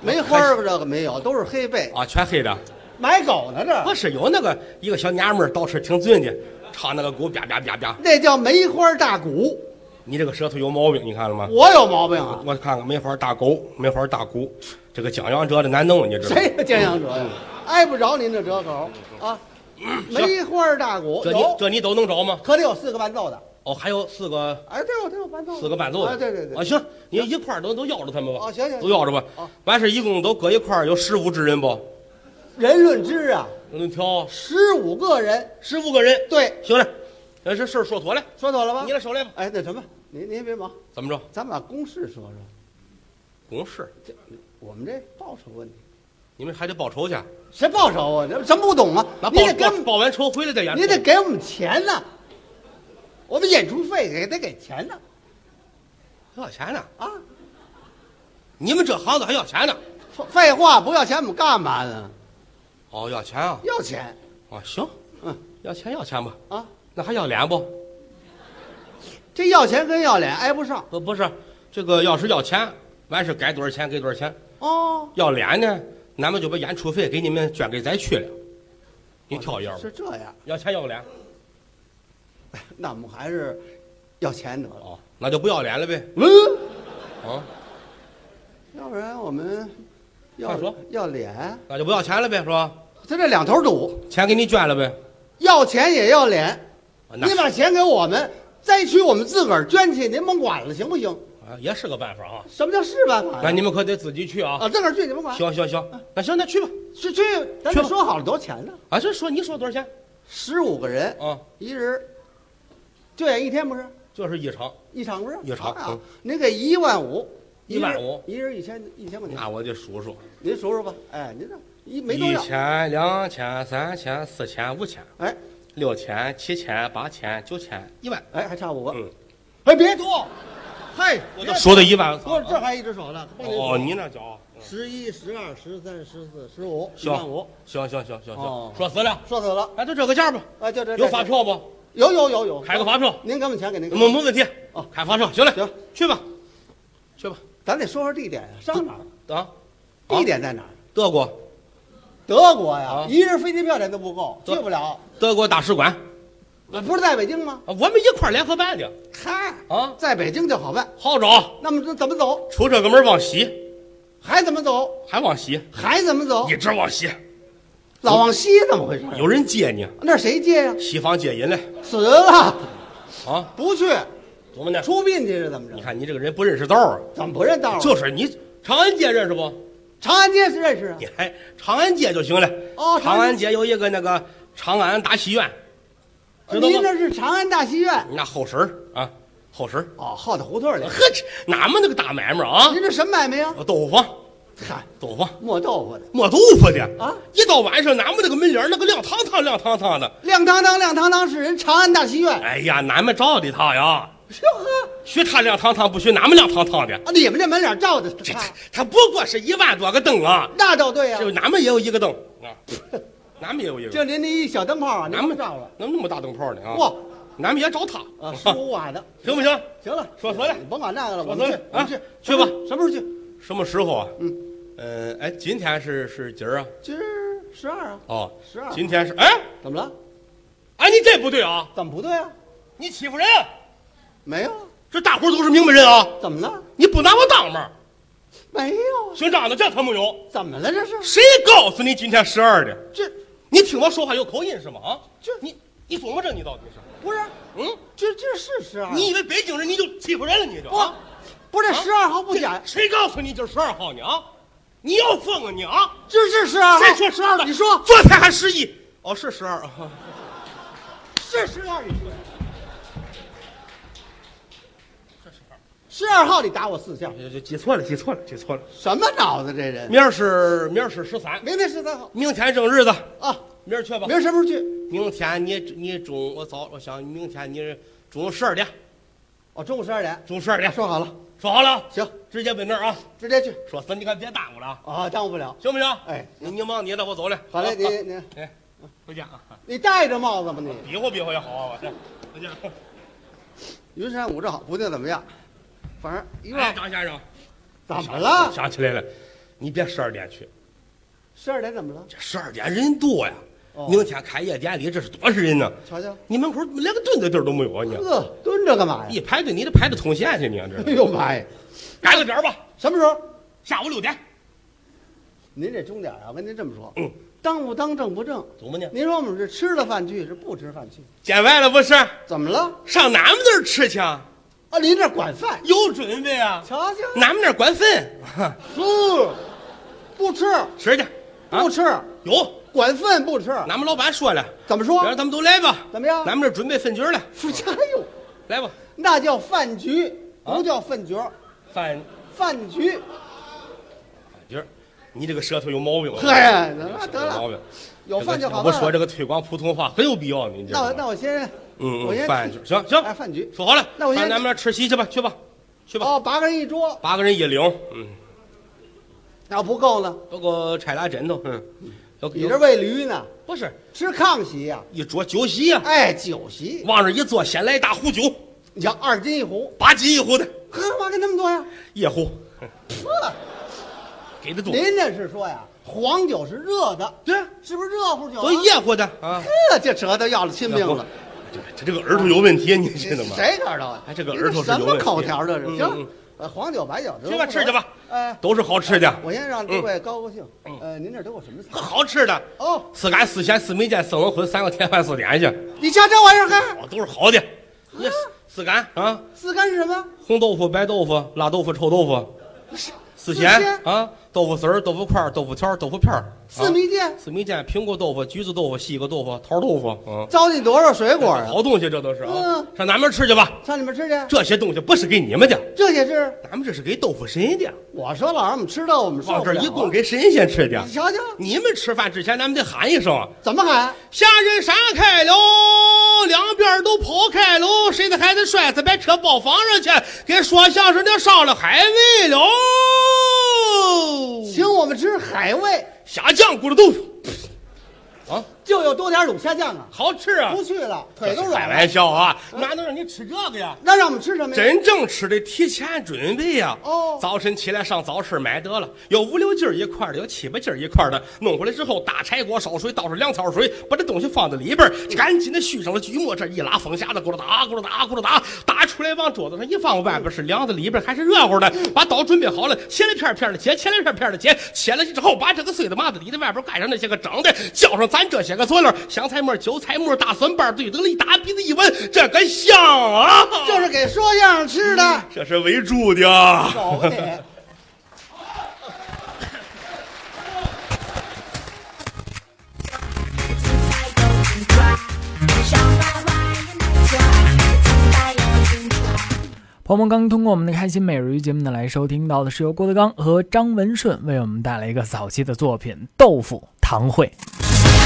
J: 梅花儿这个没有，都是黑背。
K: 啊，全黑的。
J: 买狗呢
K: 不
J: 这，
K: 是有那个一个小娘们儿倒是挺俊的，唱那个鼓啪啪啪啪，
J: 那叫梅花大鼓。
K: 你这个舌头有毛病，你看了吗？
J: 我有毛病 啊？
K: 我看看梅花大狗，梅花大鼓，这个江洋折的难弄，你知道吗？
J: 谁是江洋折呀？ 挨不着您这折口啊！梅花大鼓
K: 嗯这你
J: 有，
K: 这你都能找吗？
J: 可得有四个伴奏的。
K: 哦，还有四个
J: 哎，对，我对，有伴奏的，
K: 四个伴奏的。
J: 哎，对对对
K: 啊，，行，你一块儿都都要着他们吧。
J: 哦行行
K: 都要着吧
J: 哦。
K: 完事儿一共都搁一块儿有十五之人不？
J: 人论之啊，
K: 能挑
J: 十五个人，
K: 十五个人。
J: 对，
K: 行了，那这事儿说妥了，
J: 说妥了吧
K: 你？来手来吧。
J: 哎，那什么，您您别忙，
K: 怎么着？
J: 咱把公事说说。
K: 公事，
J: 我们这报酬问题，
K: 你们还得报仇去。
J: 谁报酬啊？这什么不懂啊？
K: 那
J: 您
K: 报
J: 得给我
K: 报
J: 们，
K: 报完仇回来 再演出。
J: 您得给我们钱呢。我们演出费给得给钱呢
K: 要钱呢？
J: 啊！
K: 你们这行子还要钱呢？
J: 废废话，不要钱我们干嘛呢？
K: 哦，要钱啊！
J: 要钱
K: 啊，行，
J: 嗯，
K: 要钱要钱吧。
J: 啊！
K: 那还要脸不？
J: 这要钱跟要脸挨不上
K: 呃不不是，这个要是要钱，完事该多少钱给多少钱。
J: 哦。
K: 要脸呢，咱们就把演出费给你们捐给灾区了。你挑一样吧
J: 哦是，这样，
K: 要钱要脸
J: 那我们还是要钱得了。
K: 哦，那就不要脸了呗。
J: 嗯，
K: 啊，
J: 要不然我们要
K: 快说
J: 要脸，
K: 那就不要钱了呗，是吧？
J: 他这两头堵，
K: 钱给你捐了呗。
J: 要钱也要脸。
K: 啊那
J: 你把钱给我们，灾区我们自个儿捐去，您甭管了，行不行？
K: 啊也是个办法啊。
J: 什么叫是办法呀？
K: 那你们可得自己去啊。
J: 啊，自个儿去你甭管，
K: 行行
J: 呃
K: 行，那行那去吧。
J: 去去，咱
K: 去
J: 们
K: 吧
J: 说好了多少钱呢？
K: 啊，这说你说多少钱？
J: 十五个人，
K: 啊，
J: 一人就演一天不是？
K: 就是一场。
J: 一场不是？
K: 一场
J: 啊
K: 嗯，
J: 您给一万五，
K: 一万
J: 人
K: 五
J: 一人一千一千块钱，
K: 那我得数数，
J: 您数数吧。哎，您这一没多
K: 一
J: 少，
K: 千、两千、三千、四千、五千、
J: 哎
K: 六千、七千、八千、九千、一万。
J: 哎，还差五个。
K: 嗯，
J: 哎，别多，嗨，
K: 我
J: 别
K: 就说的一万。
J: 多这还一只手呢。帮您数
K: 哦，你那脚。
J: 十一、十二、十三、十四、十五，一
K: 行
J: 万五，
K: 行行行行
J: 哦
K: 行，说死了，
J: 说死了。
K: 那就这个价吧。
J: 啊，就这
K: 有发，票不？
J: 有有有有，
K: 开个发票，
J: 您给我们钱给您
K: 没没问题
J: 哦。
K: 开发票，行嘞，
J: 行，
K: 去吧，去吧。
J: 咱得说说地点呀，上哪儿？
K: 啊，啊
J: 地点在哪儿？
K: 德国，
J: 德国呀
K: 啊，
J: 一人飞机票钱都不够，去
K: 德
J: 不了。
K: 德国大使馆，啊
J: 不是在北京吗？
K: 我们一块儿联合办的，
J: 嗨，
K: 啊，
J: 在北京就好办。
K: 好找，
J: 那么这怎么走？
K: 出这个门往西，
J: 还怎么走？
K: 还往西，
J: 还怎么走
K: 一？直往西，
J: 老往西怎么回事？
K: 有人接你，
J: 那谁接呀？
K: 西方接引来
J: 死了，
K: 啊，
J: 不去，
K: 怎么的？
J: 出殡去是怎么
K: 你
J: 着？
K: 看你这个人不认识道儿
J: 怎么不认道
K: 啊，
J: 啊？
K: 就是你长安街认识不？
J: 长安街是认识啊
K: 你。还长安街就行了。
J: 哦
K: 长
J: 长
K: 安
J: 安
K: 街有一个那个长安大戏院，知道吗？
J: 您这是长安大戏院
K: 那后身儿啊，后身儿，
J: 哦，耗到胡同里。
K: 呵，这哪么那个大买卖啊
J: 您？这什么买卖呀？
K: 豆腐坊，
J: 嗨，
K: 豆腐坊
J: 磨豆腐的，
K: 磨豆腐的
J: 啊！
K: 一到晚上，哪么那个门帘儿那个亮堂堂、亮堂堂的。
J: 亮堂堂亮堂堂是人长安大戏院。
K: 哎呀，俺们照的他呀，
J: 哟呵，
K: 许他亮堂堂，不许俺们亮堂堂的。
J: 啊，你们这门脸照的，
K: 这
J: 啊
K: 这 他不过是一万多个灯啊，
J: 那倒对呀、
K: 就俺们也有一个灯啊，俺们也有一个
J: 就
K: 灯，
J: 您那一小灯泡啊，您
K: 俺们哦
J: 照了，
K: 怎么那么大灯泡呢啊？
J: 哇，
K: 俺们也找他
J: 啊，十五瓦的，
K: 行不行？
J: 行了，
K: 说回来
J: 你甭管那个了，
K: 说
J: 我
K: 回
J: 们
K: 来啊
J: 去，我们去，啊
K: 去吧
J: 什么时候去？
K: 什么时候啊？
J: 嗯，
K: 呃，哎，今天是是今儿啊？
J: 今儿十二啊，
K: 哦，
J: 十二
K: 今天是哎
J: 怎么了？
K: 哎，你这不对啊！
J: 怎么不对啊？
K: 你欺负人啊！
J: 没有啊，
K: 这大伙儿都是明白人啊！
J: 怎么了？
K: 你不拿我当门儿，
J: 没有啊，
K: 姓张的这他没有。
J: 怎么了？这是
K: 谁告诉你今天十二的？
J: 这
K: 你听我说话有口音是吗？啊，
J: 这
K: 你你琢磨着你到底是？
J: 不是？
K: 嗯，
J: 这这是十二？
K: 你以为北京人你就欺负人了？你就
J: 不
K: 啊
J: 不是
K: 啊
J: 十二号不
K: 这
J: 假，
K: 谁告诉你今儿十二号呢？啊，你要疯啊你啊！
J: 这是十二号
K: 谁，说十二的？
J: 你说
K: 昨天还十一，哦是十二啊。
J: 是十二？你说十二号你打我四下，
K: 哎就就记错了，记错了，记错了。
J: 什么脑子这人？
K: 明儿是明儿是十三，
J: 明天十三号
K: 明天正日子，
J: 啊，
K: 明儿去吧
J: 明。儿什么时候去？
K: 明天你你中午我早，我想明天你中午十二点，
J: 哦，中午十二点。哎
K: 中午十二点
J: 说好了，
K: 说好了，
J: 行，
K: 直接奔那儿啊。
J: 直接去
K: 说死你可别耽误了啊，
J: 啊，耽误不了。
K: 行不行？
J: 哎
K: 你你忙你的，我走了。
J: 好嘞，
K: 啊啊
J: 你你
K: 哎，回家啊，
J: 你戴着帽子吗你？
K: 比划比划也好啊，我这回家。
J: 云山五照不定怎么样，反正一
K: 哎，
J: 万
K: 张先生，
J: 怎么了？
K: 想起来了，你别十二点去，
J: 十二点怎么了？
K: 这十二点人多呀。
J: 哦
K: 明天开业典礼，这是多少人呢？
J: 瞧瞧，
K: 你门口连个蹲的地儿都没有啊！你
J: 呵，蹲着干嘛
K: 一
J: 呀？
K: 排队，你得排到通县去，你啊这
J: 哎呦妈呀！
K: 改个点儿吧，
J: 什么时候？
K: 下午六点，
J: 您这钟点啊，我跟您这么说，
K: 嗯，
J: 当不当正不正？
K: 怎么呢？
J: 您说我们是吃了饭去，是不吃饭去？
K: 见外了不是？
J: 怎么了？
K: 上俺们那儿吃去啊，
J: 啊，您这管饭？
K: 有准备啊！
J: 瞧瞧，
K: 俺们那儿管 分，
J: 是不吃
K: 吃去，啊
J: 不吃，
K: 有。
J: 管饭不吃，
K: 俺们老板说了，
J: 怎么说
K: 让？咱们都来吧。
J: 怎么样
K: 咱们这儿准备分局了，
J: 哎呦，
K: 来吧。
J: 那叫饭局，
K: 啊
J: 不叫饭局儿，
K: 饭
J: 饭局。
K: 局儿，你这个舌头有毛病啊。
J: 哎
K: 你这个舌头
J: 得了
K: 有毛病。
J: 有饭就好
K: 我
J: 办。
K: 说这个推广普通话很有必要，你知
J: 那
K: 道
J: 我
K: 吗？
J: 那我先，
K: 嗯
J: 我
K: 嗯，
J: 先
K: 饭局行行，
J: 哎，饭局。
K: 说好了，
J: 那我
K: 上
J: 先
K: 咱们那儿吃席去吧，去吧，去吧。
J: 哦，八个人一桌，
K: 八个人一领，嗯，
J: 那不够呢。
K: 不过拆俩枕头，嗯，有
J: 你这喂驴呢？
K: 不是
J: 吃炕席呀、
K: 一桌酒席呀、
J: 哎，酒席，
K: 往这一坐，先来一大壶酒，
J: 你瞧二斤一壶，
K: 八斤一壶的，
J: 喝干嘛跟那么多呀？
K: 夜壶，哼
J: 呵，
K: 给的多，
J: 您这是说呀，黄酒是热的，对，是不是热乎酒、啊？
K: 都夜壶的啊，
J: 呵，这舌头要了亲命了。
K: 这这这个儿童有问题，你知道吗？
J: 谁知道啊？
K: 哎这个儿头是有
J: 什
K: 问
J: 么
K: 题
J: 口条这
K: 嗯
J: 是？
K: 嗯
J: 行，呃，黄酒白酒这都
K: 去吧
J: 不
K: 吃去吧嗯
J: 哎，
K: 都是好吃的，
J: 我先让诸位高高兴。呃，您这都有什么菜
K: 可？好吃的，
J: 哦，
K: 四干四咸四米见四文荤三个铁饭四点心，
J: 你家这玩意儿干？
K: 哦，都是好的。你四干啊，
J: 四干是什么？
K: 红豆腐、白豆腐、辣豆腐、臭豆腐，四咸
J: 四鲜
K: 啊，豆腐丝儿、豆腐块儿、豆腐条儿、豆腐片儿，
J: 四
K: 啊
J: 迷饯，
K: 四米见苹果豆腐、橘子豆腐、西瓜豆腐、桃豆腐，嗯，
J: 糟践多少水果啊？
K: 好东西这都是啊，
J: 嗯
K: 上咱们吃去吧。
J: 上你们吃去。
K: 这些东西不是给你们的，
J: 这些是
K: 咱们这是给豆腐神的，
J: 我说老让我们吃到我们受
K: 往
J: 不
K: 这
J: 了
K: 儿
J: 啊
K: 一供给神仙吃的
J: 你。瞧瞧，
K: 你们吃饭之前，咱们得喊一声啊，
J: 怎么喊？
K: 下人闪开喽，两边儿都跑开喽，谁的孩子摔死，把车抱房上去，给说相声的上了海味喽。
J: 请我们吃海味，
K: 下酱咕噜豆腐，啊，
J: 这就有多点卤虾酱啊，
K: 好吃啊！
J: 不去了，腿都
K: 开
J: 软了
K: 玩。笑啊，哪能让你吃这个呀？
J: 那让我们吃什么呀？
K: 真正吃的提前准备呀、
J: 哦
K: 早晨起来上早市买得了，有五六斤儿一块儿的，有七八斤儿一块儿的，弄回来之后大柴锅烧水，倒上凉草水，把这东西放在里边儿，赶紧的续上了锯末，这一拉风匣子，咕噜打咕噜打咕噜打，打出来往桌子上一放，外边是凉的，里边还是热乎的。
J: 嗯
K: 把刀准备好了，切了片儿片儿的切，切了片儿片儿的切，切了之后把这个碎的麻子里的外边盖上那些个整的，浇上咱这些个佐料，香菜末、韭菜末、大蒜瓣，对得了，一打鼻子一闻，这个香啊！
J: 就是给说相声吃的，
K: 这是围住的啊。
J: 狗得。
F: 朋友们，刚刚通过我们的开心每日鱼节目呢，来收听到的是由郭德纲和张文顺为我们带来一个早期的作品《豆腐堂会》。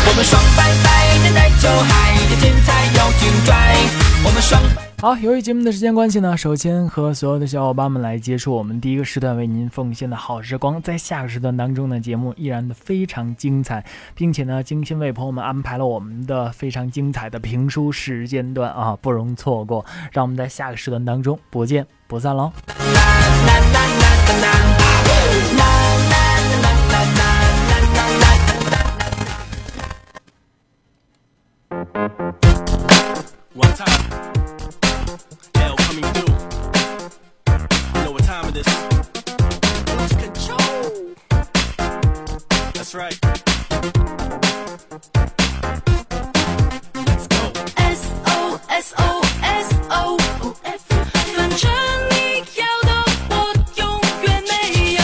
E: 我们爽掰掰的奶酒，海的精彩又精拽，我们爽。
F: 好，由于节目的时间关系呢，首先和所有的小伙伴们来接触我们第一个时段为您奉献的好时光。在下个时段当中呢，节目依然的非常精彩，并且呢，精心为朋友们安排了我们的非常精彩的评书时间段啊，不容错过。让我们在下个时段当中不见不散喽。
L: One time. L coming through. You know what time it is. Lose control. That's right. Let's go.
M: S O S O S O O F，反正你要的我永远没有。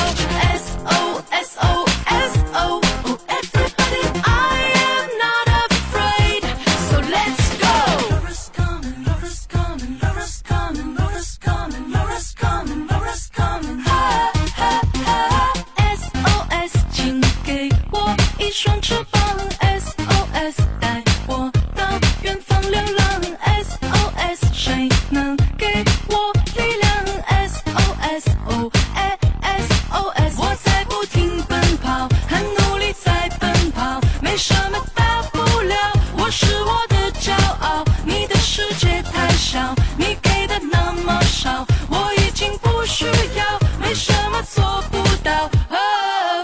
M: S O S O S O O F，But I am not afraid，so let's go。Laura's coming, Laura's coming, Laura's coming, Laura's coming, Laura's coming, Laura's coming。哈哈哈！S O S，请给我一双翅膀。S O S，带我到远方流浪。S O S，谁能给我力量？S O S O S O S，我在不停奔跑，很努力在奔跑，没什么大不了。我是我的骄傲，你的世界太小，你给的那么少，我已经不需要，没什么做不到。哦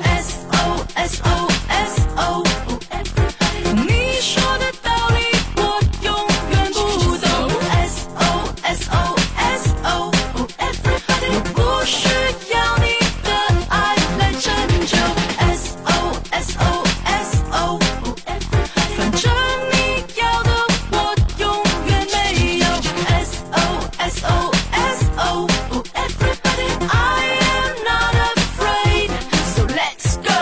M: S O S O S O。你说的道理我永远不懂。S O S O S O Everybody，我不需要你的爱来拯救。S O S O S O Everybody，反正你要的我永远没有。S O S O S O Everybody，I am not afraid，so let's go。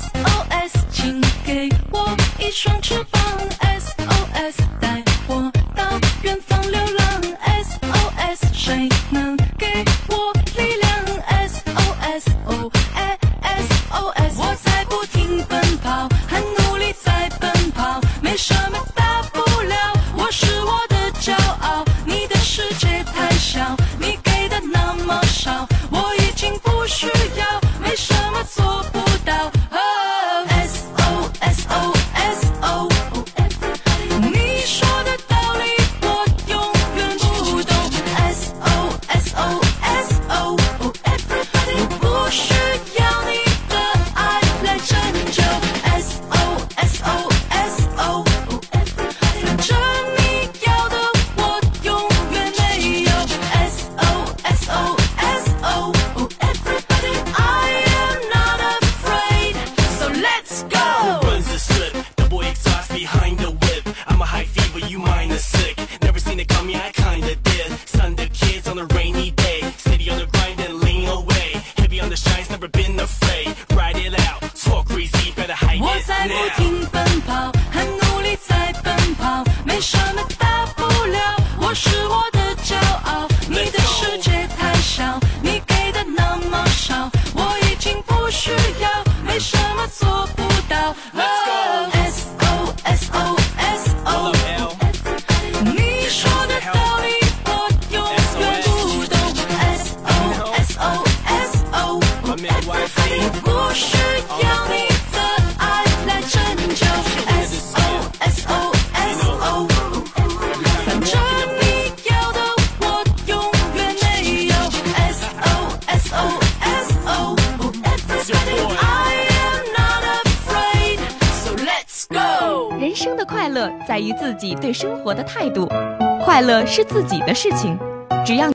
M: SOS，请给我一双翅膀。SOS，带我到远方流浪。SOS，谁能给我力量？SOS，O SOS，我在不停奔跑，很努力在奔跑，没什么大不了。我是我的骄傲，你的世界太小，你给的那么少，我已经不需要，没什么做不到。哦 S O S O S O，你说的道理我永远不懂。S O S O S O，我不需要你的爱来拯救。S O S O S O，反正你要的我永远没有。S O S O S O，I am not afraid, so let's go.
L: Who runs the slip? Double exhaust behind the whip. I'm a high fever, you minor sick. Never seen it coming, I kinda did. Son the kids on a rainy day. Steady on the grind and lean away. Heavy on the shines, never been afraid. Ride it out, talk crazy, better hide
M: 我
L: it
M: 在
L: now.
M: 不停奔跑，很努力在奔跑，没什么大不了。我是我的骄傲，你的世界太小，你给的那么少，我已经不需要，没什么做不到。S O
N: 生的快乐在于自己对生活的态度，快乐是自己的事情，只要。